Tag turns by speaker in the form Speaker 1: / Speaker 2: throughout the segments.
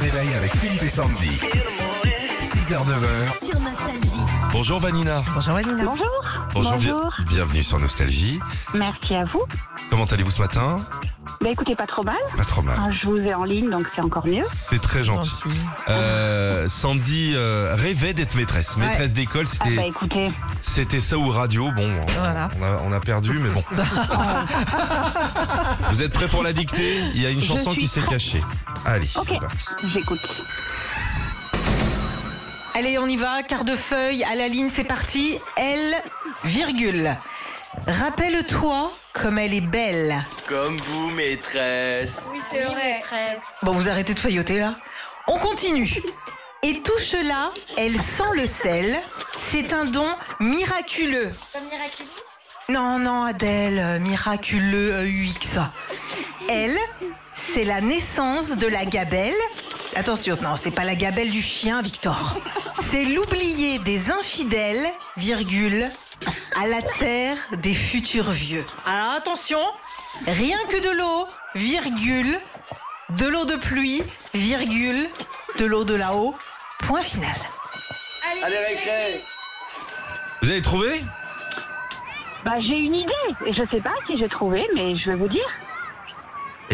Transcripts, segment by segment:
Speaker 1: réveil avec Philippe et Sandy. 6h, 9h.
Speaker 2: sur Nostalgie.
Speaker 1: Bonjour Vanina.
Speaker 3: Bonjour Vanina.
Speaker 4: Bonjour.
Speaker 1: bien-
Speaker 4: Bonjour.
Speaker 1: bienvenue sur Nostalgie.
Speaker 4: Merci à vous.
Speaker 1: Comment allez-vous ce matin
Speaker 4: Bah écoutez, pas trop mal.
Speaker 1: Pas trop mal.
Speaker 4: Ah, Je vous ai en ligne, donc c'est encore mieux.
Speaker 1: C'est très gentil.
Speaker 3: Gentil.
Speaker 1: Euh, Sandy euh, rêvait d'être maîtresse.
Speaker 3: Ouais.
Speaker 1: Maîtresse d'école,
Speaker 4: Ah bah
Speaker 1: c'était
Speaker 4: écoutez,
Speaker 1: c'était ça ou radio. Bon, on-
Speaker 3: Voilà.
Speaker 1: on, a, on a perdu, mais bon. Vous êtes prêts pour la dictée Il y a une
Speaker 4: Je
Speaker 1: chanson qui
Speaker 4: suis
Speaker 1: s'est
Speaker 4: prête.
Speaker 1: cachée. Allez,
Speaker 4: Ok.
Speaker 1: c'est parti.
Speaker 4: j'écoute.
Speaker 3: Allez, on y va. Quart de feuille à la ligne, c'est parti. Elle, virgule. Rappelle-toi comme elle est belle.
Speaker 5: Comme vous, maîtresse.
Speaker 3: Bon, vous arrêtez de feuilleter là. On continue. Et touche-la, elle sent le sel. C'est un don miraculeux. Non, non, Adèle, euh, miraculeux euh, UX. Elle, c'est la naissance de la gabelle. Attention, non, c'est pas la gabelle du chien, Victor. C'est l'oublié des infidèles, virgule, à la terre des futurs vieux. Alors attention, rien que de l'eau, virgule, de l'eau de pluie, virgule, de l'eau de là-haut, point final.
Speaker 5: Allez, récré.
Speaker 1: Vous avez trouvé
Speaker 4: Bah j'ai une idée. Et je sais pas si j'ai trouvé, mais je vais vous dire.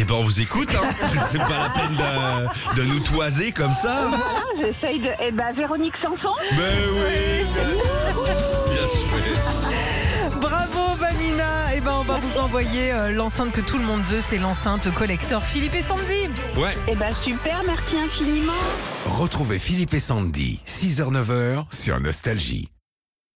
Speaker 1: Eh ben, on vous écoute. Hein. c'est pas la peine de, de nous toiser comme ça.
Speaker 4: Ah, J'essaye de. Eh bah Véronique Sanson.
Speaker 1: Mais oui. Bien joué.
Speaker 3: Bravo Vanina Et ben on va vous envoyer euh, l'enceinte que tout le monde veut, c'est l'enceinte collector Philippe et Sandy.
Speaker 1: Ouais.
Speaker 4: Eh bah super, merci infiniment.
Speaker 6: Retrouvez Philippe et Sandy, 6h-9h sur Nostalgie.